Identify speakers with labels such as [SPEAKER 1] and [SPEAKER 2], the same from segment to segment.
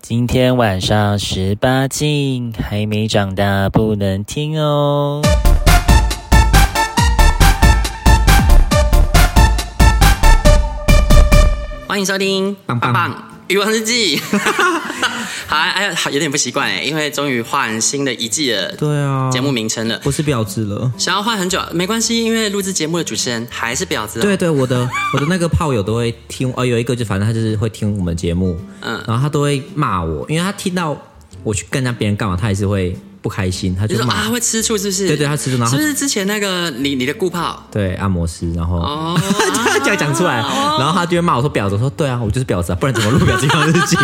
[SPEAKER 1] 今天晚上十八禁，还没长大不能听哦。
[SPEAKER 2] 欢迎收听《棒棒棒欲望日记》 好。好，哎，有点不习惯哎，因为终于换新的一季了，
[SPEAKER 3] 对啊，
[SPEAKER 2] 节目名称了。
[SPEAKER 3] 我是婊子了。
[SPEAKER 2] 想要换很久没关系，因为录制节目的主持人还是婊子、哦。
[SPEAKER 3] 对对，我的我的那个炮友都会听，哦，有一个就反正他就是会听我们节目，
[SPEAKER 2] 嗯
[SPEAKER 3] 嗯，然后他都会骂我，因为他听到我去跟人家别人干嘛，他也是会不开心，他
[SPEAKER 2] 就
[SPEAKER 3] 就是
[SPEAKER 2] 啊，
[SPEAKER 3] 骂。
[SPEAKER 2] 会吃醋是不是？
[SPEAKER 3] 对对他吃醋然后
[SPEAKER 2] 是不是之前那个你你的顾炮？
[SPEAKER 3] 对，按摩师，然后
[SPEAKER 2] 哦
[SPEAKER 3] 他就讲出来，然后他就会骂我说婊子，我说对啊，我就是婊子啊，不然怎么录婊子一样日 记？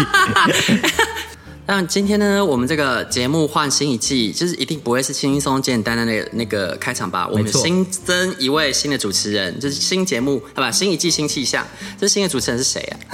[SPEAKER 2] 那今天呢，我们这个节目换新一季，就是一定不会是轻轻松简单的那个那个开场吧？我们
[SPEAKER 3] 没错
[SPEAKER 2] 新增一位新的主持人，就是新节目，好吧？新一季新气象，这新的主持人是谁啊？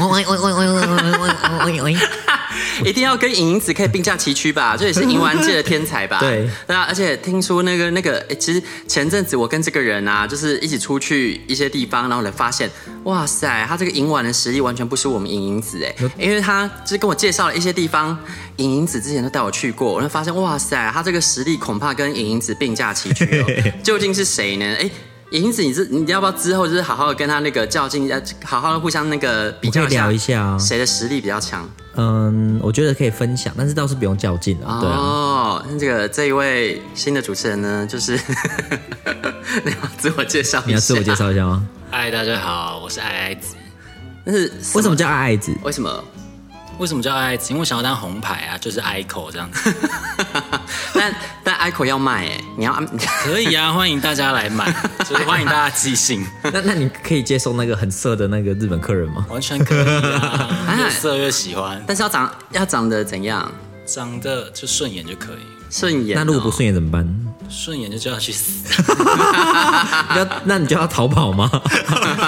[SPEAKER 2] 一定要跟影子可以并驾齐驱 吧，这也是银玩界的天才吧？
[SPEAKER 3] 对
[SPEAKER 2] 对啊，而且听说那个那个，诶其实前阵子我跟这个人啊，就是一起出去一些地方，然后来发现，哇塞，他这个银玩的实力完全不输我们影影子哎，因为他就是跟我介绍了一些地方，影影子之前都带我去过，然后发现哇塞，他这个实力恐怕跟影影子并驾齐驱、 哦，究竟是谁呢？哎。影子，你是你要不要之后就是好好的跟他那个较劲，要好好的互相那个比较
[SPEAKER 3] 我可以聊一下啊
[SPEAKER 2] 谁的实力比较强？
[SPEAKER 3] 嗯，我觉得可以分享，但是倒是不用较劲了，对啊。
[SPEAKER 2] 哦，那这个这一位新的主持人呢，就是 你要自我介绍一下，
[SPEAKER 3] 你要自我介，绍一下 吗？
[SPEAKER 4] 嗨，大家好，我是爱爱子。
[SPEAKER 2] 但是
[SPEAKER 3] 为什么叫爱爱子？
[SPEAKER 2] 为什么？
[SPEAKER 4] 为什么叫爱爱子？因为我想要当红牌啊，就是爱口这样子。
[SPEAKER 2] 但但 Ico 要卖哎，你要
[SPEAKER 4] 可以啊，欢迎大家来买，就是欢迎大家寄信，
[SPEAKER 3] 那那你可以接受那个很色的那个日本客人吗？
[SPEAKER 4] 完全可以 啊，越色越喜欢，
[SPEAKER 2] 但是要长要长得怎样
[SPEAKER 4] 长得就顺眼就可以，
[SPEAKER 2] 顺眼哦、
[SPEAKER 3] 那如果不顺眼怎么办？
[SPEAKER 4] 顺眼就叫他去 死，
[SPEAKER 2] 啊
[SPEAKER 3] 要那你就要逃跑吗？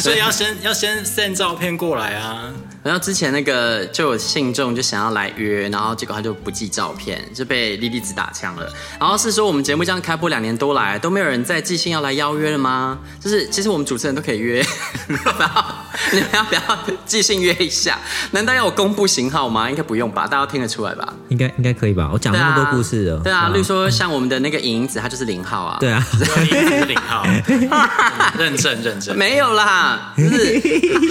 [SPEAKER 4] 所以要先要先 send 照片过来啊。
[SPEAKER 2] 然后之前那个就有信众就想要来约，然后结果他就不寄照片，就被莉莉子打枪了。然后是说我们节目这样开播两年多来，都没有人再寄信要来邀约了吗？就是其实我们主持人都可以约， 你要不要你们要不要寄信约一下？难道要我公布型号吗？应该不用吧，大家都听得出来吧？
[SPEAKER 3] 应该应该可以吧？我讲那么多故事了，
[SPEAKER 2] 对啊，例
[SPEAKER 3] 绿
[SPEAKER 2] 如说像我们的那个影子，他就是零号啊。
[SPEAKER 3] 对 啊，
[SPEAKER 4] 领号， 认证认证，
[SPEAKER 2] 没有啦，就是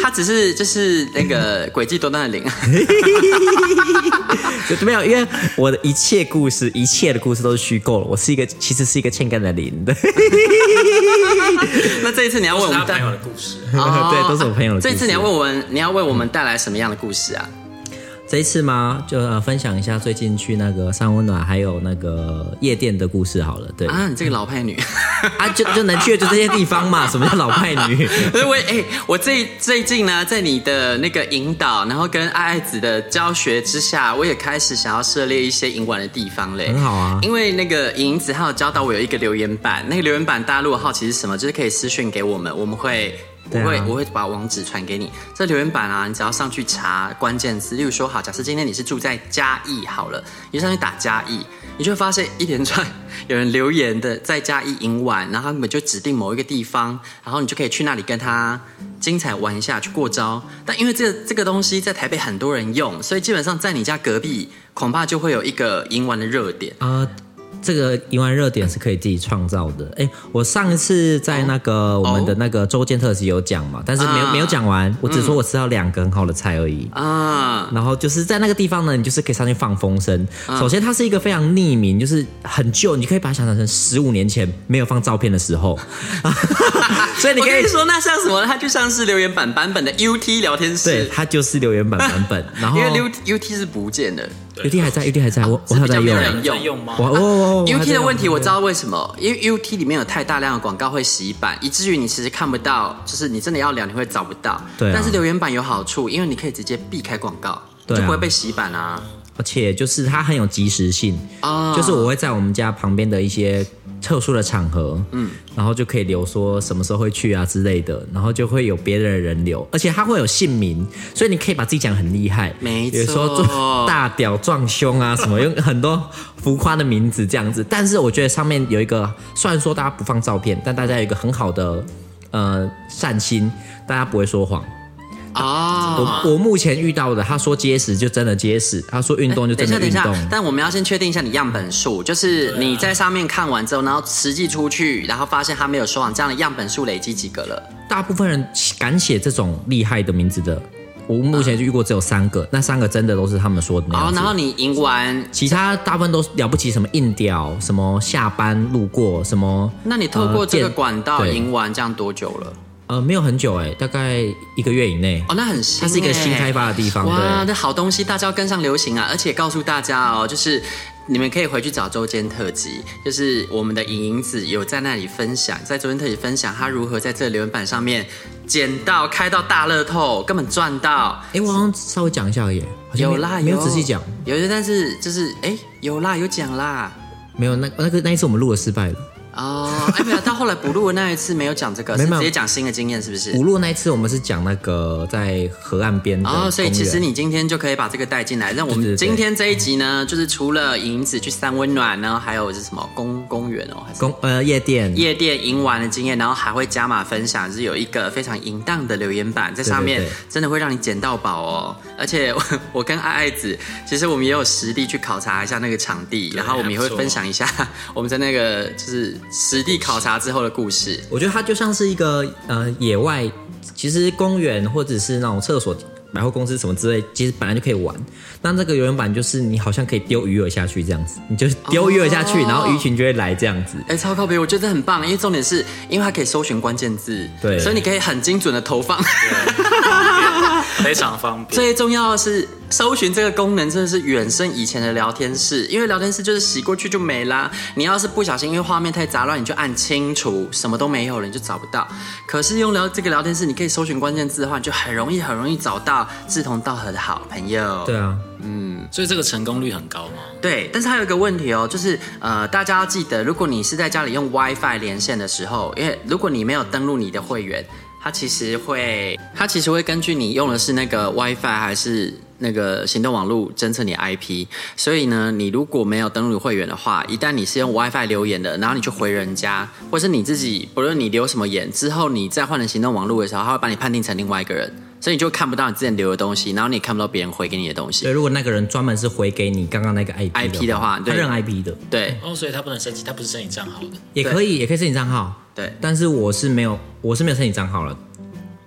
[SPEAKER 2] 他只是就是那个诡计多端的零。
[SPEAKER 3] 没有，因为我的一切故事，一切的故事都是虚构的。我是一个其实是一个欠干的零的，
[SPEAKER 2] 那这一次你要问我
[SPEAKER 4] 是他
[SPEAKER 2] 们
[SPEAKER 4] 朋
[SPEAKER 2] 带
[SPEAKER 4] 友的故事。
[SPEAKER 2] 哦
[SPEAKER 3] 对，嗯都是我朋友的故
[SPEAKER 2] 这
[SPEAKER 3] 事。
[SPEAKER 2] 一次你要为我们，你要为我们带来什么样的故事啊？
[SPEAKER 3] 这一次吗？就、呃、分享一下最近去那个三温暖还有那个夜店的故事好了。对啊
[SPEAKER 2] 啊，你这个老派女，
[SPEAKER 3] 就就能去的就这些地方嘛。 什么叫老派女？
[SPEAKER 2] 我哎、我最最近呢，在你的那个引导，然后跟爱爱子的教学之下，我也开始想要涉猎一些银玩的地方嘞。
[SPEAKER 3] 很好啊
[SPEAKER 2] 因为那个银子她有教导我有一个留言板，那个留言板大家如果好奇是什么，就是可以私讯给我们，我们会。我
[SPEAKER 3] 对啊
[SPEAKER 2] 会、我会把网址传给你。这留言板啊，你只要上去查关键词，例如说好，假设今天你是住在嘉义好了，你就上去打嘉义，你就会发现一连串有人留言的在嘉义银玩，然后他们就指定某一个地方，然后你就可以去那里跟他精彩玩一下，去过招。但因为这个这个东西在台北很多人用，所以基本上在你家隔壁恐怕就会有一个银玩的热点。
[SPEAKER 3] 啊、这个一万热点是可以自己创造的。哎，我上一次在那个我们的那个周间特辑有讲嘛，但是没有、
[SPEAKER 2] 啊
[SPEAKER 3] 没有讲完，我只说我吃到两个很好的菜而已。
[SPEAKER 2] 啊，
[SPEAKER 3] 然后就是在那个地方呢，你就是可以上去放风声。首先，它是一个非常匿名，就是很旧，你可以把它想象成十五年前没有放照片的 时候。所以你
[SPEAKER 2] 我
[SPEAKER 3] 可
[SPEAKER 2] 跟
[SPEAKER 3] 以
[SPEAKER 2] 你，说，那像什么？它就像是留言板版本的 UT 聊天
[SPEAKER 3] 对，
[SPEAKER 2] 室，
[SPEAKER 3] 它就是留言板版本。然后
[SPEAKER 2] 因为 U UT 是不见的。
[SPEAKER 3] U T 还在，U T 还在，我我还有在
[SPEAKER 2] 是比较没
[SPEAKER 3] 用
[SPEAKER 2] 有。人
[SPEAKER 4] 在用吗？
[SPEAKER 3] 我我我我
[SPEAKER 2] U
[SPEAKER 3] 还在
[SPEAKER 2] T 的
[SPEAKER 3] 用
[SPEAKER 2] 问题我知道为什么，因为 U T 里面有太大量的广告会洗版，以至于你其实看不到，就是你真的要聊你会找不到。
[SPEAKER 3] 对啊
[SPEAKER 2] 但是留言板有好处，因为你可以直接避开广告，
[SPEAKER 3] 对啊
[SPEAKER 2] 就不会被洗版啊。
[SPEAKER 3] 而且就是它很有及时性
[SPEAKER 2] 啊
[SPEAKER 3] 就是我会在我们家旁边的一些特殊的场合，嗯，然后就可以留说什么时候会去啊之类的，然后就会有别的人留，而且它会有姓名，所以你可以把自己讲得很厉害，
[SPEAKER 2] 没错
[SPEAKER 3] 比如说做大屌壮胸啊什么，用很多浮夸的名字这样子。但是我觉得上面有一个，虽然说大家不放照片，但大家有一个很好的呃善心，大家不会说谎。
[SPEAKER 2] 啊。
[SPEAKER 3] 我我目前遇到的，他说结实就真的结实，他说运动就
[SPEAKER 2] 等
[SPEAKER 3] 真
[SPEAKER 2] 一下，
[SPEAKER 3] 的
[SPEAKER 2] 等一
[SPEAKER 3] 运
[SPEAKER 2] 下
[SPEAKER 3] 动。，
[SPEAKER 2] 但我们要先确定一下你样本数，就是你在上面看完之后，然后实际出去，然后发现他没有收网，这样的样本数累积几个了？
[SPEAKER 3] 大部分人敢写这种厉害的名字的，我目前就遇过只有三个，那三个真的都是他们说的那
[SPEAKER 2] 哦
[SPEAKER 3] 样，子。
[SPEAKER 2] 然后你赢完，
[SPEAKER 3] 其他大部分都是了不起，什么硬屌，什么下班路过，什么
[SPEAKER 2] 那你透过
[SPEAKER 3] 呃
[SPEAKER 2] 这个
[SPEAKER 3] 见
[SPEAKER 2] 管道
[SPEAKER 3] 对
[SPEAKER 2] 赢完，这样多久了？
[SPEAKER 3] 呃没有很久哎、大概一个月以内。
[SPEAKER 2] 哦，那很新、欸，
[SPEAKER 3] 它是一个新开发的地方，
[SPEAKER 2] 哇，
[SPEAKER 3] 对。
[SPEAKER 2] 那好东西大家要跟上流行啊！而且告诉大家哦，就是你们可以回去找周间特辑，就是我们的影影子有在那里分享，在周间特辑分享他如何在这个留言板上面捡到开到大乐透，根本赚到。
[SPEAKER 3] 哎、我好像稍微讲一下而已，好像
[SPEAKER 2] 有
[SPEAKER 3] 没
[SPEAKER 2] 啦，
[SPEAKER 3] 没有仔细讲，
[SPEAKER 2] 有的，但是就是哎、有啦，有讲啦。
[SPEAKER 3] 没有那那个那一次我们录了失败了，
[SPEAKER 2] 哦，哎，没有，到后来补录的那一次没有讲这个，
[SPEAKER 3] 没
[SPEAKER 2] 是
[SPEAKER 3] 有
[SPEAKER 2] 直接讲新的经验，是不是
[SPEAKER 3] 五？路那一次我们是讲那个在河岸边的公园、
[SPEAKER 2] 哦，所以其实你今天就可以把这个带进来。让我
[SPEAKER 3] 对
[SPEAKER 2] 们
[SPEAKER 3] 对对
[SPEAKER 2] 今天这一集呢，就是除了银子去散温暖呢，还有是什么公公园哦，还是
[SPEAKER 3] 公呃夜店
[SPEAKER 2] 夜店赢玩的经验，然后还会加码分享，就是有一个非常淫荡的留言板，在上面
[SPEAKER 3] 对对
[SPEAKER 2] 真的会让你捡到宝哦。而且 我我跟爱爱子，其实我们也有实地去考察一下那个场地，然后我们也会
[SPEAKER 4] 还不错
[SPEAKER 2] 分享一下 我们在那个就是实地考察之后的故事。
[SPEAKER 3] 我觉得它就像是一个呃野外，其实公园或者是那种厕所、百货公司什么之类，其实本来就可以玩。那这个游泳板就是你好像可以丢鱼饵下去这样子，你就是丢鱼饵下去，
[SPEAKER 2] 哦
[SPEAKER 3] 然后鱼群就会来这样子。
[SPEAKER 2] 哎、超靠别，我觉得这很棒，因为重点是因为它可以搜寻关键字，
[SPEAKER 3] 对
[SPEAKER 2] 所以你可以很精准的投放。
[SPEAKER 4] 非常方便。
[SPEAKER 2] 最重要的是，搜寻这个功能真的是远胜以前的聊天室，因为聊天室就是洗过去就没啦。你要是不小心因为画面太杂乱，你就按清除，什么都没有了，你就找不到。可是用聊这个聊天室，你可以搜寻关键字的话，你就很容易很容易找到志同道合的好朋友。
[SPEAKER 3] 对啊，
[SPEAKER 4] 所以这个成功率很高吗？
[SPEAKER 2] 对，但是还有一个问题哦，就是呃，大家要记得，如果你是在家里用 WiFi 连线的时候，因为如果你没有登录你的会员，它其实会，它其实会根据你用的是那个 WiFi 还是那个行动网络侦测你的 IP。所以呢，你如果没有登录会员的话，一旦你是用 WiFi 留言的，然后你去回人家，或是你自己，不论你留什么言，之后你再换成行动网络的时候，它会把你判定成另外一个人，所以你就看不到你之前留的东西，然后你也看不到别人回给你的东西
[SPEAKER 3] 所以。如果那个人专门是回给你刚刚那个 IP
[SPEAKER 2] IP 的
[SPEAKER 3] 的
[SPEAKER 2] 话
[SPEAKER 3] 他
[SPEAKER 2] 对
[SPEAKER 3] 认 IP 的
[SPEAKER 2] 对
[SPEAKER 4] 哦，所以他不能申请，他不是申请账号的。
[SPEAKER 3] 也可以，也可以申请账号。
[SPEAKER 2] 对。
[SPEAKER 3] 但是我是没有，我是没有申请账号了。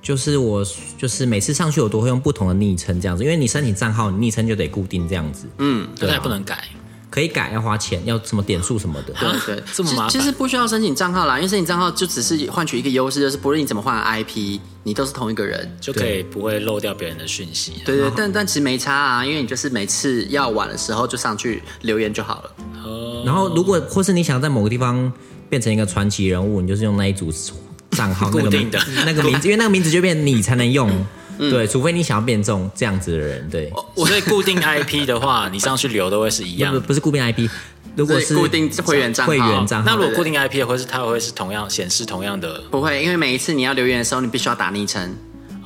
[SPEAKER 3] 就是我，就是每次上去我都会用不同的昵称这样子，因为你申请账号，你昵称就得固定这样子。嗯，
[SPEAKER 4] 那他也不能改。
[SPEAKER 3] 可以改，要花钱，要什么点数什么的。
[SPEAKER 2] 对
[SPEAKER 4] 啊
[SPEAKER 2] 对，
[SPEAKER 4] 这么
[SPEAKER 2] 其
[SPEAKER 4] 麻烦
[SPEAKER 2] 其实不需要申请账号啦，因为申请账号就只是换取一个优势，就是不论你怎么换 IP，你都是同一个人。
[SPEAKER 4] 就可以不会漏掉别人的讯息。
[SPEAKER 2] 对对，但但其实没差啊，因为你就是每次要晚的时候就上去留言就好了。
[SPEAKER 4] 哦
[SPEAKER 3] 然
[SPEAKER 2] 哦
[SPEAKER 3] 后，如果或是你想在某个地方变成一个传奇人物，你就是用那一组账 号那个
[SPEAKER 4] 固定
[SPEAKER 3] 名
[SPEAKER 4] 的
[SPEAKER 3] 那个名字，因为那个名字就变你才能用。
[SPEAKER 2] 嗯
[SPEAKER 3] 对，除非你想要变这种这样子的人，对，
[SPEAKER 2] 哦
[SPEAKER 4] 所以固定 IP 的话，你上去留都会是一样
[SPEAKER 3] 不。不是固定 IP，如果
[SPEAKER 2] 对
[SPEAKER 3] 是
[SPEAKER 2] 固定会员账号
[SPEAKER 3] 会员账
[SPEAKER 4] 那
[SPEAKER 3] 号
[SPEAKER 4] 如果固定 IP 的会是它会是同样显示同样的
[SPEAKER 2] 不会，因为每一次你要留言的时候，你必须要打昵称。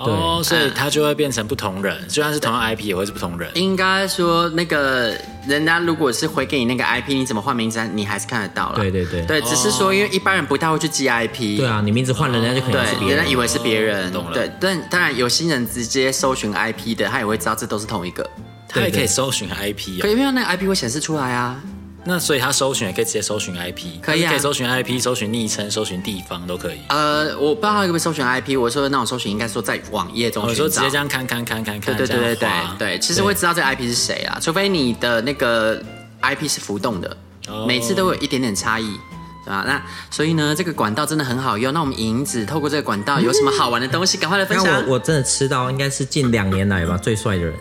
[SPEAKER 4] 哦，所以它就会变成不同人，就算是同样 IP 也会是不同人。
[SPEAKER 2] 应该说，那个人家如果是回给你那个 IP，你怎么换名字，你还是看得到了。
[SPEAKER 3] 对对对
[SPEAKER 2] 对，只是
[SPEAKER 4] 哦
[SPEAKER 2] 说，因为一般人不太会去记 IP。
[SPEAKER 3] 对啊，你名字换了人家就可能是
[SPEAKER 2] 哦对，
[SPEAKER 3] 别
[SPEAKER 2] 人家
[SPEAKER 3] 人。
[SPEAKER 2] 以为是别人，
[SPEAKER 4] 懂了
[SPEAKER 2] 对，但当然有心人直接搜寻 IP 的，他也会知道这都是同一个。
[SPEAKER 4] 它也可以搜寻 IP
[SPEAKER 2] 可
[SPEAKER 4] 哦。
[SPEAKER 2] 以，因为那个 IP 会显示出来啊。
[SPEAKER 4] 那所以它搜寻也可以直接搜寻 IP，
[SPEAKER 2] 可以啊
[SPEAKER 4] 它是可以搜寻 IP、搜寻昵称、搜寻地方都可以。
[SPEAKER 2] 呃，我不知道它有没有搜寻 IP，我说的那种搜寻应该说在网页中
[SPEAKER 4] 我
[SPEAKER 2] 寻
[SPEAKER 4] 说
[SPEAKER 3] 哦
[SPEAKER 2] 找。
[SPEAKER 4] 直接这样看看看看看，
[SPEAKER 2] 对对对对
[SPEAKER 4] 这
[SPEAKER 2] 对
[SPEAKER 4] 样划
[SPEAKER 2] 对，其实会知道这个 IP 是谁啦，除非你的那个 IP 是浮动的，
[SPEAKER 4] 哦
[SPEAKER 2] 每次都有一点点差异。对吧？那所以呢，这个管道真的很好用。那我们银子透过这个管道有什么好玩的东西，赶快来分
[SPEAKER 3] 那
[SPEAKER 2] 享。
[SPEAKER 3] 我我真的吃到应该是近两年来吧最帅的人，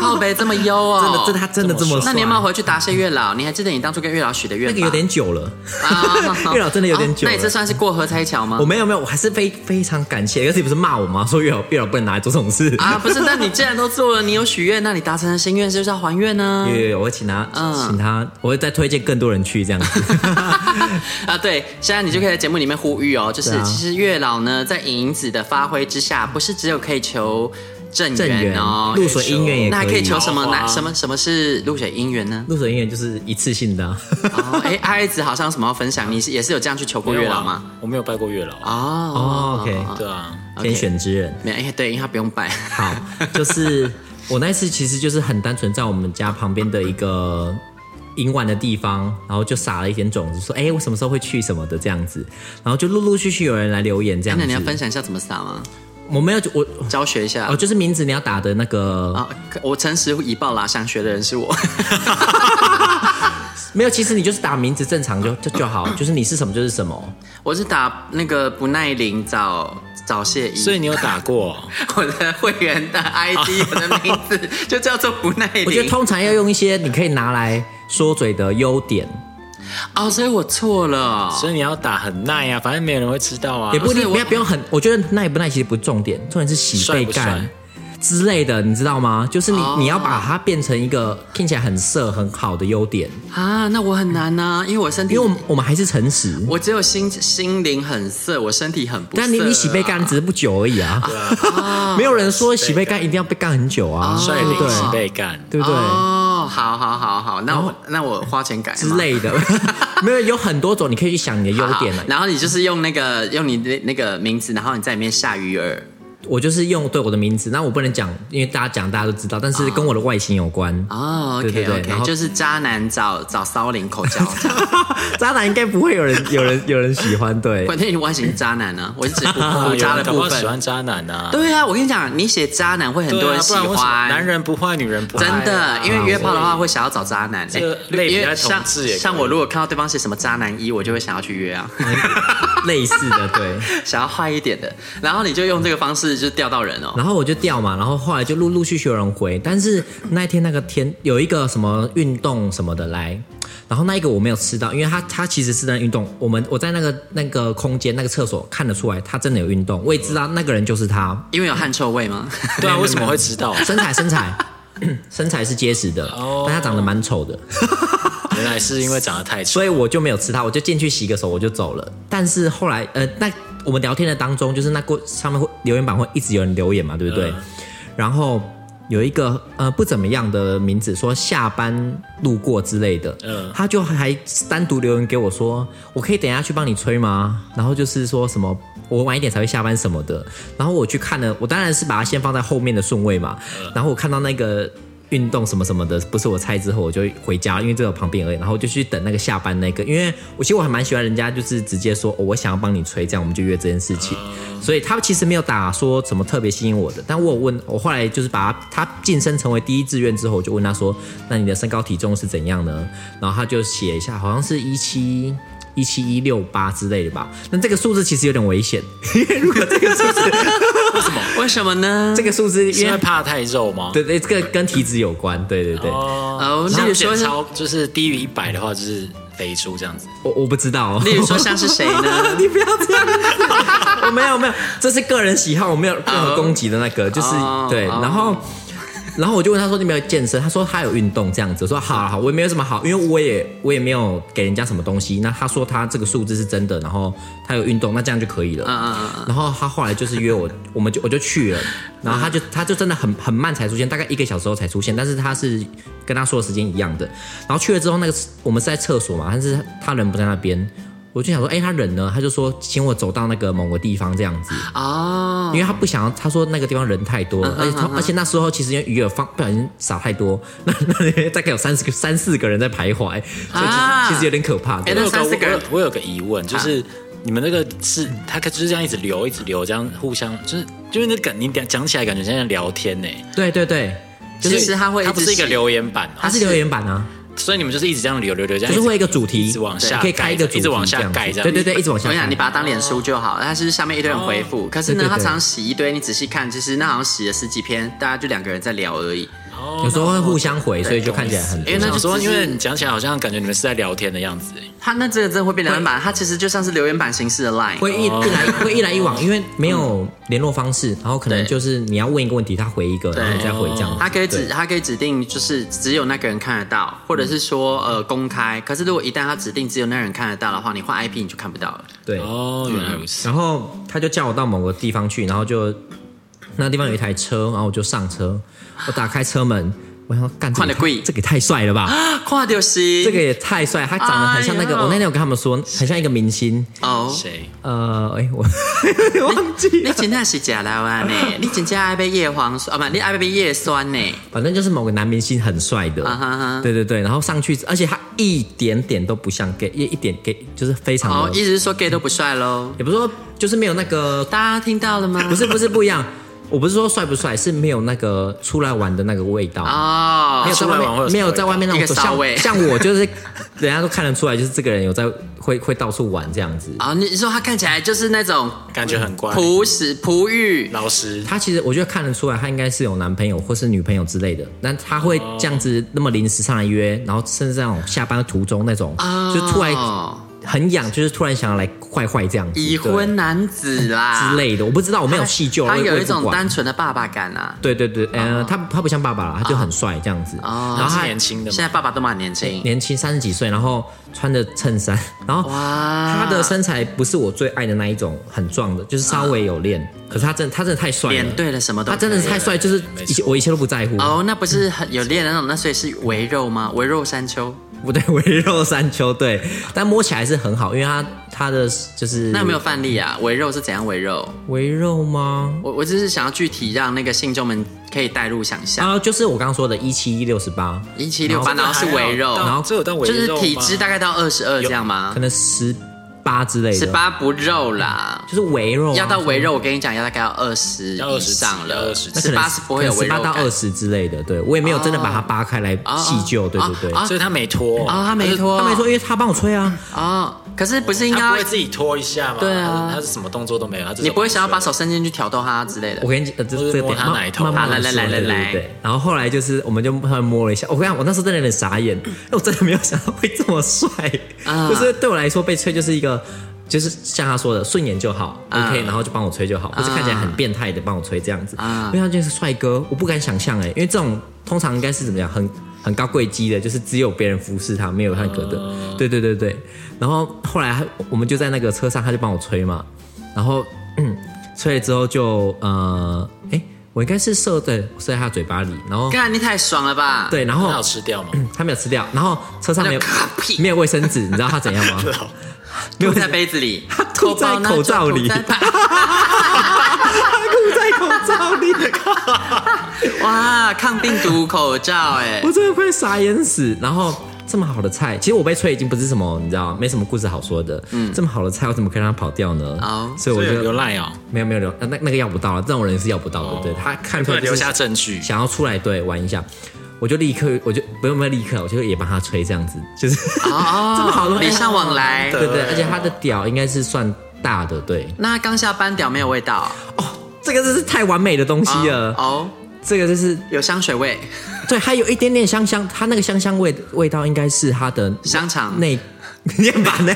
[SPEAKER 2] 靠北这么优哦，
[SPEAKER 3] 真的，这他真的这么
[SPEAKER 2] 那
[SPEAKER 3] 帅。
[SPEAKER 2] 你有没有回去答谢月老？你还记得你当初跟月老许的愿 吧？
[SPEAKER 3] 那个有点久了，
[SPEAKER 2] 啊
[SPEAKER 3] 月老真的有点久
[SPEAKER 2] 哦那
[SPEAKER 3] 了
[SPEAKER 2] 你这算是过河拆桥吗
[SPEAKER 3] 我？没有没有，我还是非非常感谢。可是你不是骂我吗？说月老月老不能拿来做这种事
[SPEAKER 2] 啊，不是，那你既然都做了，你有许愿，那你达成了心愿，是不是要还愿呢
[SPEAKER 3] 有？有有，我会请他，
[SPEAKER 2] 嗯
[SPEAKER 3] 请他，我会再推荐更多人去这样子。
[SPEAKER 2] 啊，对，现在你就可以在节目里面呼吁哦，就是
[SPEAKER 3] 对啊
[SPEAKER 2] 其实月老呢，在影子的发挥之下，不是只有可以求正
[SPEAKER 3] 正
[SPEAKER 2] 缘
[SPEAKER 3] 缘
[SPEAKER 2] 哦，
[SPEAKER 3] 露水姻缘也
[SPEAKER 2] 那还可以求什么
[SPEAKER 4] 桃花
[SPEAKER 3] 啊
[SPEAKER 2] 呢？什么什么是露水姻缘 呢？
[SPEAKER 3] 露水姻缘就是一次性的啊、
[SPEAKER 2] 哦，哎，阿爱子好像什么要分享，你是也是有这样去求过月老吗？？
[SPEAKER 4] 我没有拜过月老。
[SPEAKER 2] 哦
[SPEAKER 3] 哦，OK
[SPEAKER 4] 对啊，
[SPEAKER 3] 天选之人。
[SPEAKER 2] 没有，哎，对，因为他不用拜。
[SPEAKER 3] 好，就是我那一次其实就是很单纯，在我们家旁边的一个银碗的地方，然后就撒了一点种子，说哎、我什么时候会去什么的这样子，然后就陆陆续续有人来留言这样
[SPEAKER 2] 那
[SPEAKER 3] 子。
[SPEAKER 2] 你要分享一下怎么撒吗？
[SPEAKER 3] 我没有我
[SPEAKER 2] 教学一下
[SPEAKER 3] 哦，就是名字你要打的那个、
[SPEAKER 2] 啊！可我诚实以报啦，想学的人是我。
[SPEAKER 3] 没有，其实你就是打名字正常就就就好，就是你是什么就是什么。
[SPEAKER 2] 我是打那个不耐林早早泄一，
[SPEAKER 4] 所以你有打过？
[SPEAKER 2] 我的会员 的 ID 我的名字就叫做不耐林。
[SPEAKER 3] 我觉得通常要用一些你可以拿来说嘴的优点，
[SPEAKER 2] 哦，所以我错了。
[SPEAKER 4] 所以你要打很耐啊，反正没有人会知道啊。
[SPEAKER 3] 也不一
[SPEAKER 2] 所以
[SPEAKER 3] 定
[SPEAKER 2] 我
[SPEAKER 3] 不要不用很，我觉得耐不耐其实不是重点，重点是洗
[SPEAKER 4] 帅
[SPEAKER 3] 被
[SPEAKER 4] 不
[SPEAKER 3] 盖
[SPEAKER 4] 帅
[SPEAKER 3] 之类的，你知道吗？就是你、
[SPEAKER 2] 哦
[SPEAKER 3] 你要把它变成一个听起来很色很好的优点，
[SPEAKER 2] 啊，那我很难呐、因为我身体，
[SPEAKER 3] 因为我们我们还是诚实。
[SPEAKER 2] 我啊只有心心灵很涩，我身体很不涩、
[SPEAKER 3] 但你你洗被干只是不久而已啊， 没有人说洗被干一定要被干很久啊，
[SPEAKER 4] 率
[SPEAKER 3] 对不
[SPEAKER 4] 领
[SPEAKER 3] 对？
[SPEAKER 4] 是被干，
[SPEAKER 3] 对不对？
[SPEAKER 2] 哦，好好好好，那我那我花钱改
[SPEAKER 3] 之
[SPEAKER 2] 嘛。
[SPEAKER 3] 类的， 没有有很多种，你可以去想你的优点啊
[SPEAKER 2] 好
[SPEAKER 3] 了。
[SPEAKER 2] 然后你就是 用那个用你那那个名字，然后你在里面下鱼饵。
[SPEAKER 3] 我就是用对我的名字，那我不能讲，因为大家讲大家都知道，但是跟我的外形有关。
[SPEAKER 2] 哦
[SPEAKER 3] 对
[SPEAKER 2] ，OK
[SPEAKER 3] 对
[SPEAKER 2] OK，
[SPEAKER 3] 对然后
[SPEAKER 2] 就是渣男找找骚灵口 交，
[SPEAKER 3] 渣男应该不会有人有人有人喜 欢，对。
[SPEAKER 2] 关键你外形是渣男呢、我是 指不
[SPEAKER 4] 啊
[SPEAKER 2] 不
[SPEAKER 4] 有
[SPEAKER 2] 渣
[SPEAKER 4] 人
[SPEAKER 2] 的
[SPEAKER 4] 搞
[SPEAKER 2] 部
[SPEAKER 4] 不好喜
[SPEAKER 2] 分。
[SPEAKER 4] 欢渣男啊。
[SPEAKER 2] 对啊，我跟你讲，你写渣男会很
[SPEAKER 4] 对啊，
[SPEAKER 2] 多人喜
[SPEAKER 4] 不然为什么
[SPEAKER 2] 欢，
[SPEAKER 4] 男人不坏，女人不爱啊
[SPEAKER 2] 真的，因为约炮的话会想要找渣男，
[SPEAKER 4] 这个
[SPEAKER 2] 哎
[SPEAKER 4] 类比
[SPEAKER 2] 因为
[SPEAKER 4] 在同
[SPEAKER 2] 像
[SPEAKER 4] 志也可以
[SPEAKER 2] 像我如果看到对方写什么渣男一，我就会想要去约啊，
[SPEAKER 3] 类似的，对。
[SPEAKER 2] 想要坏一点的，然后你就用这个方式就钓到人哦。
[SPEAKER 3] 然后我就掉嘛，然后后来就陆陆续续有人回，但是那一天那个天有一个什么运动什么的来，然后那一个我没有吃到，因为他他其实是在运动，我们我在那个那个空间那个厕所看得出来他真的有运动，我也知道那个人就是他，
[SPEAKER 2] 因为有汗臭味吗？
[SPEAKER 4] 对啊，为什么会知道？
[SPEAKER 3] 身材身材 身材是结实的，
[SPEAKER 4] 哦
[SPEAKER 3] 但他长得蛮丑的，
[SPEAKER 4] 原来是因为长得太丑
[SPEAKER 3] 所。以我就没有吃它，我就进去洗个手，我就走了。但是后来，呃，那我们聊天的当中，就是那过上面会留言板会一直有人留言嘛，对不对？然后有一个呃不怎么样的名字说下班路过之类的，
[SPEAKER 4] 嗯
[SPEAKER 3] 他就还单独留言给我说，我可以等一下去帮你吹吗？然后就是说什么我晚一点才会下班什么的。然后我去看了，我当然是把它先放在后面的顺位嘛。然后我看到那个运动什么什么的，不是我猜之后，我就回家，因为这个旁边而已。然后我就去等那个下班那个，因为我其实我还蛮喜欢人家就是直接说、哦、我想要帮你吹，这样我们就约这件事情。所以他其实没有打说什么特别吸引我的，但我有问我后来就是把他他晋升成为第一志愿之后，我就问他说：“那你的身高体重是怎样呢？”然后他就写一下，好像是一七。一七一六八之类的吧，那这个数字其实有点危险， 因为如果这个数字，
[SPEAKER 2] 为什么呢
[SPEAKER 3] 这？个 数字，因
[SPEAKER 4] 是因
[SPEAKER 2] 啊
[SPEAKER 4] 为
[SPEAKER 3] 为
[SPEAKER 4] 怕太肉吗？
[SPEAKER 3] 对对，这个跟体脂有关，对对对，
[SPEAKER 2] 哦，
[SPEAKER 4] 然
[SPEAKER 2] 例
[SPEAKER 4] 后
[SPEAKER 2] 如说
[SPEAKER 4] 检
[SPEAKER 2] 是，
[SPEAKER 4] 超就是低于一百的话，就是肥猪这样子。
[SPEAKER 3] 我我不知道、哦，
[SPEAKER 2] 例如说像是谁 呢？
[SPEAKER 3] 你不要这样子， 我没有没有，这是个人喜好，我没有任何攻击的那个，就是
[SPEAKER 2] 哦
[SPEAKER 3] 对，
[SPEAKER 2] 哦
[SPEAKER 3] 然后。然后我就问他说：“你有没有健身？”他说：“他有运动这样子。”我说：“好好好，我也没有什么好，因为我也我也没有给人家什么东西。那他说他这个数字是真的，然后他有运动，那这样就可以了。
[SPEAKER 2] 嗯嗯嗯
[SPEAKER 3] 然后他后来就是约 我，我们就我就去了，然后他就他就真的很很慢才出现，大概一个小时后才出现，但是他是跟他说的时间一样的。然后去了之后，那个我们是在厕所嘛，但是他人不在那边，我就想说，哎，他人呢？他就说请我走到那个某个地方这样子，
[SPEAKER 2] 哦嗯
[SPEAKER 3] 因为他不想要，他说那个地方人太多了，而且他而且那时候其实因为鱼饵放不小心撒太多， 那那里面大概有三十个三四个人在徘徊，所以其实、
[SPEAKER 2] 啊
[SPEAKER 3] 其实有点可怕。
[SPEAKER 2] 哎
[SPEAKER 3] 对
[SPEAKER 2] 那
[SPEAKER 4] 我有
[SPEAKER 2] 三四个
[SPEAKER 4] 我
[SPEAKER 2] 人
[SPEAKER 4] 有我有个疑问，就是你们那个是他就是这样一直流，一直流，这样互相就是就是那感你讲讲起来感觉像在聊天呢。
[SPEAKER 3] 对对对，
[SPEAKER 2] 其实他会
[SPEAKER 4] 它不是一
[SPEAKER 2] 一直
[SPEAKER 4] 个
[SPEAKER 2] 洗
[SPEAKER 4] 留言板哦，
[SPEAKER 3] 他是留言板啊。
[SPEAKER 4] 所以你们就是一直这样流流流，这样
[SPEAKER 3] 就是会有一个主题，
[SPEAKER 4] 一直往下
[SPEAKER 3] 可以开一个主题，
[SPEAKER 4] 一直往下盖
[SPEAKER 3] 这
[SPEAKER 4] 这
[SPEAKER 3] 样
[SPEAKER 4] 样
[SPEAKER 3] 子。对对对，一直往
[SPEAKER 2] 我
[SPEAKER 3] 下
[SPEAKER 2] 跟你
[SPEAKER 3] 盖
[SPEAKER 2] 讲，。你把它当脸书就好，它是下面一堆人回复。可是呢
[SPEAKER 3] 对对，对
[SPEAKER 2] 它常洗一堆，你仔细看，其实那好像洗了十几篇，大家就两个人在聊而已。
[SPEAKER 4] 哦
[SPEAKER 3] 有时候会互相回，所以就看起来很
[SPEAKER 2] 因为那
[SPEAKER 4] 我
[SPEAKER 2] 就
[SPEAKER 4] 想说，
[SPEAKER 2] 只是
[SPEAKER 4] 因为你讲起来好像感觉你们是在聊天的样子，
[SPEAKER 2] 它那这个真的会变留言板，它其实就像是留言板形式的 Line。
[SPEAKER 3] 会一一来会一来一往，因为没有联络方式，然后可能
[SPEAKER 2] 对哦
[SPEAKER 3] 就是你要问一个问题，他回一个，然后你再回这样。
[SPEAKER 2] 它可以指，
[SPEAKER 3] 对
[SPEAKER 2] 它可以指定，就是只有那个人看得到，或者是说呃公开。可是如果一旦它指定只有那个人看得到的话，你换 IP 你就 看不到了。
[SPEAKER 4] 哦
[SPEAKER 3] 对，嗯
[SPEAKER 4] 哦，原来如此。
[SPEAKER 3] 然后他就叫我到某个地方去，然后就那地方有一台车，然后我就上车，我打开车门，我想说干这
[SPEAKER 2] 看
[SPEAKER 3] 个
[SPEAKER 2] 得
[SPEAKER 3] 也
[SPEAKER 2] 贵
[SPEAKER 3] 太这个也太帅了吧！
[SPEAKER 2] 跨掉西，
[SPEAKER 3] 这个也太帅，他长得很像那个，
[SPEAKER 2] 哎呦
[SPEAKER 3] 我那天有跟他们说，很像一个明星。
[SPEAKER 2] 哦，
[SPEAKER 4] 谁？
[SPEAKER 3] 呃，哎、我忘记
[SPEAKER 2] 你
[SPEAKER 3] 了，
[SPEAKER 2] 真的是假老啊呢？你真正爱被叶黄 素啊？不，你爱被叶酸呢？
[SPEAKER 3] 反正就是某个男明星很帅的。
[SPEAKER 2] 啊哈哈
[SPEAKER 3] 对对对，然后上去，而且他一点点都不像 gay，一一点 gay 就是非常
[SPEAKER 2] 哦，
[SPEAKER 3] 的，
[SPEAKER 2] 意思是说 gay 都不帅喽？
[SPEAKER 3] 也不是说就是没有那个，
[SPEAKER 2] 大家听到了吗？
[SPEAKER 3] 不是不是不一样。我不是说帅不帅，是没有那个出来玩的那个味道。
[SPEAKER 2] 哦
[SPEAKER 3] 没有，在外
[SPEAKER 4] 出来玩会有
[SPEAKER 3] 面，没有在外面那
[SPEAKER 2] 一个
[SPEAKER 3] 种
[SPEAKER 2] 骚味
[SPEAKER 3] 像像我就是， 人家都看得出来，就是这个人有在会会到处玩这样子。
[SPEAKER 2] 哦，你说他看起来就是那种
[SPEAKER 4] 感觉很乖，
[SPEAKER 2] 朴实朴玉，
[SPEAKER 4] 老实，
[SPEAKER 3] 他其实我觉得看得出来，他应该是有男朋友或是女朋友之类的。那他会这样子那么临时上来约，然后甚至那种下班途中那种，
[SPEAKER 2] 哦
[SPEAKER 3] 就突然很痒，就是突然想要来坏坏这样子，
[SPEAKER 2] 已婚男子啦
[SPEAKER 3] 对之类的。我不知道，我没有细究，
[SPEAKER 2] 他
[SPEAKER 3] 我也
[SPEAKER 2] 有一种。单
[SPEAKER 3] 我也不管
[SPEAKER 2] 纯的爸爸感啊。
[SPEAKER 3] 对对对，呃，他他不像爸爸啦，他就很帅这样子。
[SPEAKER 2] 哦
[SPEAKER 3] 然后
[SPEAKER 4] 是
[SPEAKER 3] 他
[SPEAKER 4] 年轻的
[SPEAKER 2] 现
[SPEAKER 4] 嘛
[SPEAKER 2] 在。爸爸都蛮年轻，
[SPEAKER 3] 年轻三十几岁，然后穿着衬衫， 然后
[SPEAKER 2] 哇
[SPEAKER 3] 他的身材不是我最爱的那一种，很壮的，就是稍微有练。可是他真他真的太帅了，
[SPEAKER 2] 啊脸对了什么都
[SPEAKER 3] 他真的是太帅，就是
[SPEAKER 4] 没错
[SPEAKER 3] 一切我一切都不在乎。
[SPEAKER 2] 哦，那不是很有练的那种，那所以是围肉吗？围肉山丘，
[SPEAKER 3] 不对， 围肉山丘对，但摸起来是很好，因为他他的就是
[SPEAKER 2] 那有没有范例啊？围肉是怎样围肉？
[SPEAKER 3] 围肉吗？
[SPEAKER 2] 我我只是想要具体让那个信众们可以带入想象，
[SPEAKER 3] 啊，就是我刚刚说的，一七一六十八，
[SPEAKER 2] 一七六八，然后是围肉，
[SPEAKER 4] 然后这有当围
[SPEAKER 2] 就是
[SPEAKER 4] 肉
[SPEAKER 2] 体
[SPEAKER 4] 吗
[SPEAKER 2] 脂大概到二十二这样吗
[SPEAKER 3] 可？能十八之类的，
[SPEAKER 2] 十八不肉啦，
[SPEAKER 3] 就是围肉啊、
[SPEAKER 2] 要到围肉，我跟你讲，要大概要二十
[SPEAKER 4] 要
[SPEAKER 2] 以
[SPEAKER 4] 20
[SPEAKER 2] 上
[SPEAKER 4] 要
[SPEAKER 2] 了，
[SPEAKER 4] 20
[SPEAKER 2] 十八是不会有
[SPEAKER 3] 十
[SPEAKER 2] 围
[SPEAKER 3] 八
[SPEAKER 2] 肉
[SPEAKER 3] 到
[SPEAKER 2] 感哦
[SPEAKER 3] 二。十之类的。对我也没有真的把它扒开来细究，对对对。
[SPEAKER 2] 啊
[SPEAKER 4] 所以他没脱
[SPEAKER 2] 啊，他没脱，
[SPEAKER 3] 他没说，因为他帮我吹啊，
[SPEAKER 2] 哦，可是不是应
[SPEAKER 4] 他不
[SPEAKER 2] 该
[SPEAKER 4] 会自己脱一下吗？
[SPEAKER 2] 对啊
[SPEAKER 4] 他是他是什么动作都没有，他只是
[SPEAKER 2] 你不会想要把手伸进去挑逗他之类的
[SPEAKER 3] 啊我？跟你讲，呃这
[SPEAKER 4] 或是
[SPEAKER 3] 这个
[SPEAKER 4] 摸
[SPEAKER 3] 点
[SPEAKER 4] 他奶头
[SPEAKER 3] 慢慢慢
[SPEAKER 2] 啊来来
[SPEAKER 3] 慢
[SPEAKER 2] 来
[SPEAKER 3] 说
[SPEAKER 2] 来
[SPEAKER 3] 对对对。然后后来就是，我们就慢慢摸了一下。我跟你讲，我那时候真的有点傻 眼，因为我真的没有想到会这么帅。
[SPEAKER 2] 啊
[SPEAKER 3] 就是对我来说，被吹就是一个，就是像他说的，顺眼就好、
[SPEAKER 2] 啊
[SPEAKER 3] o k 然后就帮我吹就好，不是看起来很变态的帮我吹这样子。
[SPEAKER 2] 啊
[SPEAKER 3] 因为他就是帅哥，我不敢想象哎，因为这种通常应该是怎么样，很很高贵机的，就是只有别人服侍他，没有他哥的。对对对对。然后后来他我们就在那个车上，他就帮我吹嘛，然后 嗯，吹了之后就呃，哎，我应该是射对射在他嘴巴里，然后
[SPEAKER 2] 干，你太爽了吧？，
[SPEAKER 3] 对，然
[SPEAKER 4] 他
[SPEAKER 3] 后
[SPEAKER 4] 有吃掉吗？
[SPEAKER 3] 他没有吃掉，然后车上没有
[SPEAKER 2] 那个屁
[SPEAKER 3] 没有卫生纸，你知道他怎样吗？没
[SPEAKER 2] 吐
[SPEAKER 3] 有
[SPEAKER 2] 在杯子里，
[SPEAKER 3] 他吐在
[SPEAKER 2] 包呢
[SPEAKER 3] 口罩
[SPEAKER 2] 就吐
[SPEAKER 3] 里
[SPEAKER 2] 在
[SPEAKER 3] 吐在口罩里，
[SPEAKER 2] 哇，抗病毒口罩，哎
[SPEAKER 3] 我，真的快傻眼死。然后这么好的菜，其实我被吹已经不是什么，你知道，没什么故事好说的。嗯，这么好的菜，我怎么可以让它跑掉呢？
[SPEAKER 2] 哦
[SPEAKER 3] 所以我
[SPEAKER 4] 所以有
[SPEAKER 3] 就
[SPEAKER 4] 有哦赖哦，
[SPEAKER 3] 没有没有留，呃那那个要不到了，这种人是要不到的。对他看出
[SPEAKER 4] 不
[SPEAKER 3] 来
[SPEAKER 4] 能
[SPEAKER 3] 就
[SPEAKER 4] 留
[SPEAKER 3] 是
[SPEAKER 4] 下证据。
[SPEAKER 3] 想要出来对玩一下。我就立刻，我就不用不用立刻，我就也帮他吹这样子，就是
[SPEAKER 2] 哦，
[SPEAKER 3] 这么好的东西
[SPEAKER 2] 礼尚往来。
[SPEAKER 3] 对对，而且他的屌应该是算大的，对，
[SPEAKER 2] 那刚下班屌没有味道，
[SPEAKER 3] 这个真是太完美的东西了，
[SPEAKER 2] 哦，
[SPEAKER 3] 这个就是
[SPEAKER 2] 有香水味，
[SPEAKER 3] 对，还有一点点香香，它那个香香味味道应该是它的
[SPEAKER 2] 香肠
[SPEAKER 3] 内面板 呢，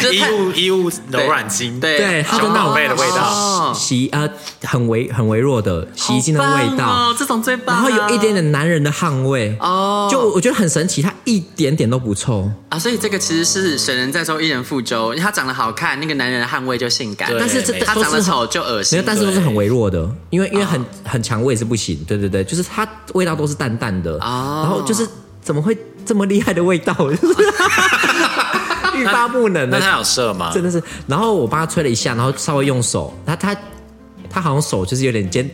[SPEAKER 2] 就是
[SPEAKER 4] 衣
[SPEAKER 2] 太
[SPEAKER 4] 物衣物柔软巾，
[SPEAKER 2] 对
[SPEAKER 3] 对，它的那
[SPEAKER 4] 胸
[SPEAKER 3] 种
[SPEAKER 4] 口味的味道
[SPEAKER 2] 哦
[SPEAKER 3] 洗啊、呃、很微很微弱的洗衣精的味道，
[SPEAKER 2] 好棒哦，这种最棒啊。
[SPEAKER 3] 然后有一点点男人的汗味，
[SPEAKER 2] 哦
[SPEAKER 3] 就我我觉得很神奇，它一点点都不臭，
[SPEAKER 2] 啊，所以这个其实是水人载舟，一人覆舟。因为他长得好看，那个男人的捍卫就性感，
[SPEAKER 4] 对
[SPEAKER 2] 但
[SPEAKER 3] 但
[SPEAKER 2] 是
[SPEAKER 3] 是这
[SPEAKER 2] 他
[SPEAKER 3] 都
[SPEAKER 2] 长得
[SPEAKER 3] 是
[SPEAKER 2] 丑就恶
[SPEAKER 3] 没有，
[SPEAKER 2] 心。啊
[SPEAKER 3] 但是都是很微弱的，因为因为很、很强味是不行，对对对，就是它味道都是淡淡的，
[SPEAKER 2] 哦
[SPEAKER 3] 然后就是怎么会这么厉害的味道， 就是欲罢不能的
[SPEAKER 4] 那。他有射吗？
[SPEAKER 3] 真的是。然后我帮他吹了一下，然后稍微用手，他他他好像手就是有点尖，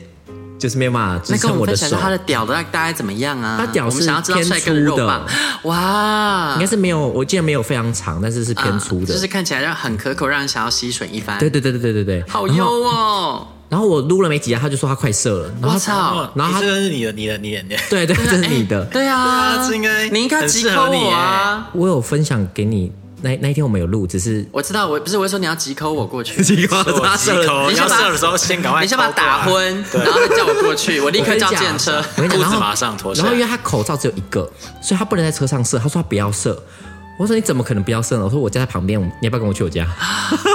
[SPEAKER 3] 就是没有办法支
[SPEAKER 2] 那跟
[SPEAKER 3] 撑
[SPEAKER 2] 我们
[SPEAKER 3] 的
[SPEAKER 2] 分享一
[SPEAKER 3] 手
[SPEAKER 2] 下，他的屌的大概怎么样啊？
[SPEAKER 3] 他屌
[SPEAKER 2] 我们
[SPEAKER 3] 是
[SPEAKER 2] 想要知道
[SPEAKER 3] 偏
[SPEAKER 2] 帅哥的肉
[SPEAKER 3] 粗的
[SPEAKER 2] 棒，哇
[SPEAKER 3] 应该，是没有，我记得没有非常长，但是是偏粗
[SPEAKER 2] 啊
[SPEAKER 3] 的。
[SPEAKER 2] 就是看起来让很可口，让人想要吸吮一番。
[SPEAKER 3] 对对对对对对对，
[SPEAKER 2] 好
[SPEAKER 3] 然
[SPEAKER 2] 优
[SPEAKER 3] 后
[SPEAKER 2] 哦！
[SPEAKER 3] 然后我撸了没几下，他就说他快射了。然后
[SPEAKER 2] 我
[SPEAKER 3] 他
[SPEAKER 2] 操，
[SPEAKER 4] 哦
[SPEAKER 3] 然后他
[SPEAKER 4] 这个是你的，你的，你的，你 的。
[SPEAKER 3] 对对，这是你的。
[SPEAKER 2] 对
[SPEAKER 4] 对
[SPEAKER 2] 啊，
[SPEAKER 4] 啊这应该
[SPEAKER 2] 你应该
[SPEAKER 4] 很
[SPEAKER 2] 急
[SPEAKER 4] 适合
[SPEAKER 2] 抠
[SPEAKER 4] 你
[SPEAKER 2] 我啊！
[SPEAKER 3] 我有分享给你，那那一天我们有录，只是，
[SPEAKER 2] 我知道，我不是我会说你要急抠我过去
[SPEAKER 3] 结果
[SPEAKER 4] 我
[SPEAKER 3] 他
[SPEAKER 4] 鸡
[SPEAKER 3] 射了。
[SPEAKER 4] 头，
[SPEAKER 2] 你
[SPEAKER 4] 你
[SPEAKER 2] 先
[SPEAKER 4] 要
[SPEAKER 2] 把
[SPEAKER 4] 射的时候 先赶快，
[SPEAKER 2] 你先把他打，昏，然后再叫我过 去，我立刻叫电车。
[SPEAKER 3] 我跟你
[SPEAKER 4] 裤
[SPEAKER 3] 讲，然
[SPEAKER 4] 子
[SPEAKER 3] 后
[SPEAKER 4] 马上脱下
[SPEAKER 3] 然后因为他口罩只有一个，所以他不能在车上射。他说他不要射。我说你怎么可能不要射呢？我说我家在旁边，你要不要跟我去我家？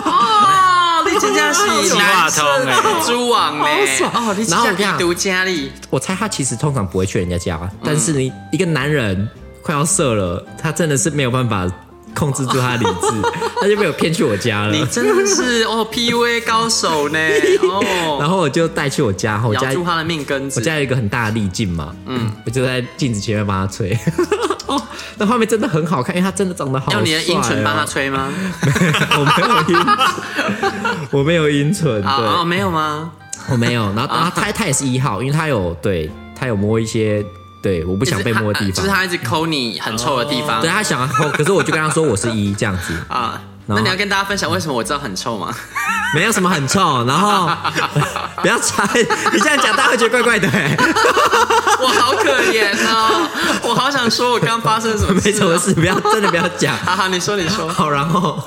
[SPEAKER 2] 哦，你真的是
[SPEAKER 4] 计
[SPEAKER 2] 男
[SPEAKER 4] 划通哎，
[SPEAKER 2] 蛛网呢
[SPEAKER 3] 好爽
[SPEAKER 2] 哦，你
[SPEAKER 3] 然后我
[SPEAKER 2] 家
[SPEAKER 3] 跟你
[SPEAKER 2] 比
[SPEAKER 3] 讲
[SPEAKER 2] 独家力，
[SPEAKER 3] 我猜他其实通常
[SPEAKER 2] 嗯
[SPEAKER 3] 不会去人家家，但是你一个男人快要射了，他真的是没有办法控制住他的理智， 他就被我骗去我家了
[SPEAKER 2] 你。真的是哦 PUA 高手呢
[SPEAKER 3] 然
[SPEAKER 2] 哦，
[SPEAKER 3] 后我就带去我家，然后我
[SPEAKER 2] 咬
[SPEAKER 3] 家
[SPEAKER 2] 住他的命根
[SPEAKER 3] 我
[SPEAKER 2] 子。
[SPEAKER 3] 家有一个很大的滤镜嘛，嗯，我就在镜子前面帮他吹。 哦，那画面真的很好看，因为他真的长得好帅、
[SPEAKER 2] 要
[SPEAKER 3] 哦。嗯
[SPEAKER 2] 你的阴唇帮他吹吗？
[SPEAKER 3] 我没有阴唇，我没有阴唇，
[SPEAKER 2] 啊啊，
[SPEAKER 3] 对，
[SPEAKER 2] 没有吗？
[SPEAKER 3] 我没有。然
[SPEAKER 2] 啊
[SPEAKER 3] 后，然后他他也是一号，因为他有对他有摸一些对我不想被摸的地
[SPEAKER 2] 就是
[SPEAKER 3] 方，哦
[SPEAKER 2] 他一直抠你很臭的地方
[SPEAKER 3] 对啊他想要，可是我就跟他说我是一这样 子，
[SPEAKER 2] 啊。
[SPEAKER 3] 然后
[SPEAKER 2] 那
[SPEAKER 3] 嗯
[SPEAKER 2] 你要跟大家分享为什么我知道很臭吗？
[SPEAKER 3] 没有什么很臭。然后不要猜，你这样讲大家会觉得怪 怪的、欸，
[SPEAKER 2] 我好可怜哦， 我好想说我刚发生什么事、啊
[SPEAKER 3] 没什么。事，不要真的不要讲。
[SPEAKER 2] 哈哈，你说你 说，
[SPEAKER 3] 好，然后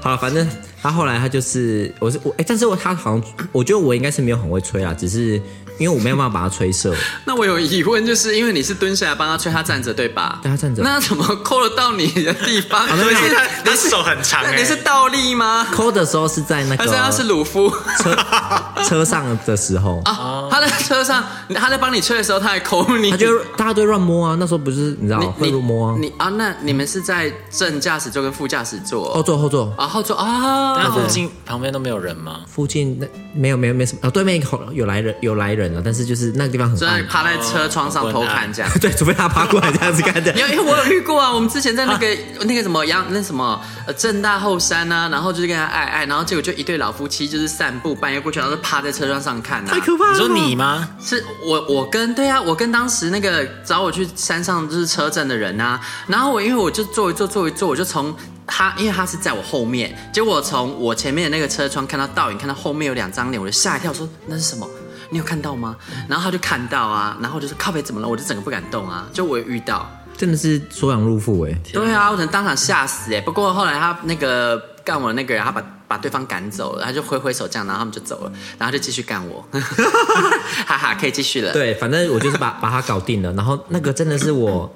[SPEAKER 3] 好，反正他后来他就是，我是我，哎、但是我他好像，我觉得我应该是没有很会吹啦，只是因为我没有办法把它吹 射，
[SPEAKER 2] 那我有疑问，就是因为你是蹲下来帮他吹，他站着对吧？
[SPEAKER 3] 对他站着
[SPEAKER 2] 那怎么抠得到你的地方？
[SPEAKER 3] 没有
[SPEAKER 2] 你是
[SPEAKER 4] 他他手很长
[SPEAKER 2] 那
[SPEAKER 4] 哎，
[SPEAKER 2] 你是倒立吗？
[SPEAKER 3] 抠的时候是在那
[SPEAKER 2] 还是他
[SPEAKER 3] 个
[SPEAKER 2] 是鲁夫
[SPEAKER 3] 车 车上的时候，
[SPEAKER 2] 啊？ 他在车上，他在帮你吹的时候，他还抠你。
[SPEAKER 3] 他就大家都乱摸啊，那时候不是你知道会乱摸啊，
[SPEAKER 2] 你啊？那你们是在正驾驶座跟副驾驶座？
[SPEAKER 3] 后座哦后座
[SPEAKER 2] 啊，后座啊，
[SPEAKER 4] 那附近旁边都没有人吗？
[SPEAKER 3] 附近那没有没有没什么，哦对面有有来人有来人了，但是就是那个地方很
[SPEAKER 2] 就在
[SPEAKER 3] 暗，
[SPEAKER 2] 趴在车窗上偷看这样。
[SPEAKER 3] 对，除非他爬过来这样子看的
[SPEAKER 2] 因。为因为我有遇过啊，我们之前在那个、
[SPEAKER 3] 啊
[SPEAKER 2] 那个什么杨那什么呃正大后山啊，然后就是跟他爱爱，然后结果就一对老夫妻就是散步半夜过去，然后就趴在车窗上看啊
[SPEAKER 3] 太。可怕了！
[SPEAKER 4] 你说你吗？
[SPEAKER 2] 是我我跟对啊，我跟当时那个找我去山上就是车震的人啊，然后我因为我就坐一坐坐一坐，我就从。他因为他是在我后面，结果从我前面的那个车窗看到倒影，看到后面有两张脸，我就吓一跳，说那是什么？你有看到吗？然后他就看到啊，然后我就说靠北怎么了？我就整个不敢动啊，就我有遇到，
[SPEAKER 3] 真的是缩阳入腹哎、
[SPEAKER 2] 对啊，我可能当场吓死哎、不过后来他那个干我的那个人，他把把对方赶走了，他就挥挥手这样，然后他们就走了，然后就继续干我， 哈哈，可以继续了。
[SPEAKER 3] 对，反正我就是 把把它搞定了。然后那个真的是我，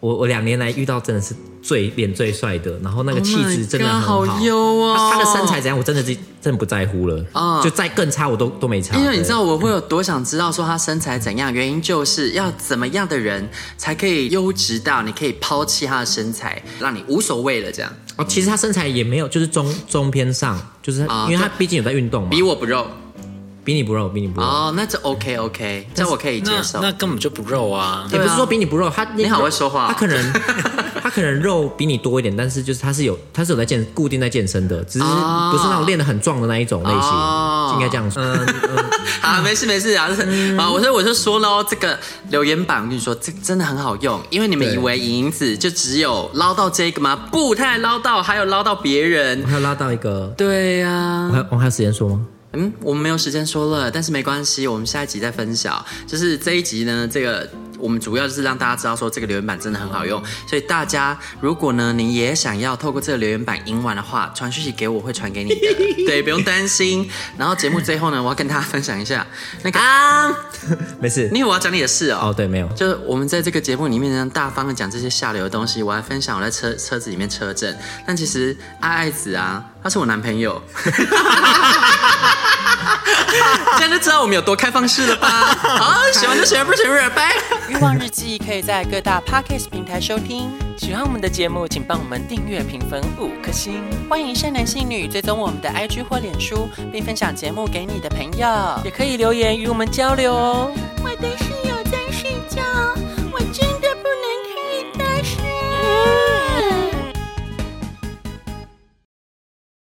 [SPEAKER 3] 我我两年来遇到真的是最脸最帅的，然后那个
[SPEAKER 2] Oh my
[SPEAKER 3] 气质真的很
[SPEAKER 2] God，好优哦
[SPEAKER 3] 他他的身材怎样，我真的是真的不在乎了。
[SPEAKER 2] 嗯
[SPEAKER 3] 就再更差我都都没差。
[SPEAKER 2] 因为你知道
[SPEAKER 3] 对，
[SPEAKER 2] 我会有多想知道说他身材怎样，原因就是要怎么样的人才可以优质到你可以抛弃他的身材，让你无所谓了这样。
[SPEAKER 3] 哦，其实他身材也没有，就是中中偏上，就是
[SPEAKER 2] 啊
[SPEAKER 3] 因为他
[SPEAKER 2] 就
[SPEAKER 3] 毕竟有在运动嘛。
[SPEAKER 2] 比我不肉
[SPEAKER 3] 比你不肉，比你不肉。
[SPEAKER 2] 哦，那就 OK OK，这我可以接
[SPEAKER 4] 那
[SPEAKER 2] 受。
[SPEAKER 4] 那根本就不肉啊！
[SPEAKER 3] 也
[SPEAKER 2] 对啊
[SPEAKER 3] 不是说比你不肉，他你
[SPEAKER 2] 好会说话哦
[SPEAKER 3] 他可能 他可能肉比你多一点，但是就是他是有他是有在健固定在健身的，只是
[SPEAKER 2] 哦
[SPEAKER 3] 不是那种练得很壮的那一种类型，
[SPEAKER 2] 哦
[SPEAKER 3] 应该这样说。嗯，
[SPEAKER 2] 好，没事没事啊， 啊，我说我就说喽，这个留言板，我跟你说，这真的很好用，因为你们
[SPEAKER 3] 对
[SPEAKER 2] 以为影影子就只有捞到这个吗？不，他还捞到，还有捞到别
[SPEAKER 3] 我
[SPEAKER 2] 人。
[SPEAKER 3] 还要拉到一个，
[SPEAKER 2] 对呀、
[SPEAKER 3] 我还我还有时间说吗？
[SPEAKER 2] 嗯，我们没有时间说了，但是没关系，我们下一集再分享。就是这一集呢，这个我们主要就是让大家知道说这个留言板真的很好用，所以大家如果呢你也想要透过这个留言板赢完的话，传讯息给我，我会传给你的，对，不用担心。然后节目最后呢，我要跟大家分享一下那个啊，
[SPEAKER 3] 没事。
[SPEAKER 2] 因为我要讲你的事哦。
[SPEAKER 3] 哦，对，没有。
[SPEAKER 2] 就是我们在这个节目里面呢，大方的讲这些下流的东西，我还分享我在车车子里面车震。但其实爱爱子啊，他是我男朋 友，现在就知道我们有多开放式了吧？好，喜欢就喜欢，不喜欢不喜欢拜。
[SPEAKER 5] 欲望日记可以在各大 podcast 平台收听。
[SPEAKER 1] 喜欢我们的节目，请帮我们订阅、评分五颗星。
[SPEAKER 5] 欢迎善男信女追踪我们的 IG 或脸书，并分享节目给你的朋友。
[SPEAKER 1] 也可以留言与我们交流哦。
[SPEAKER 5] 我的小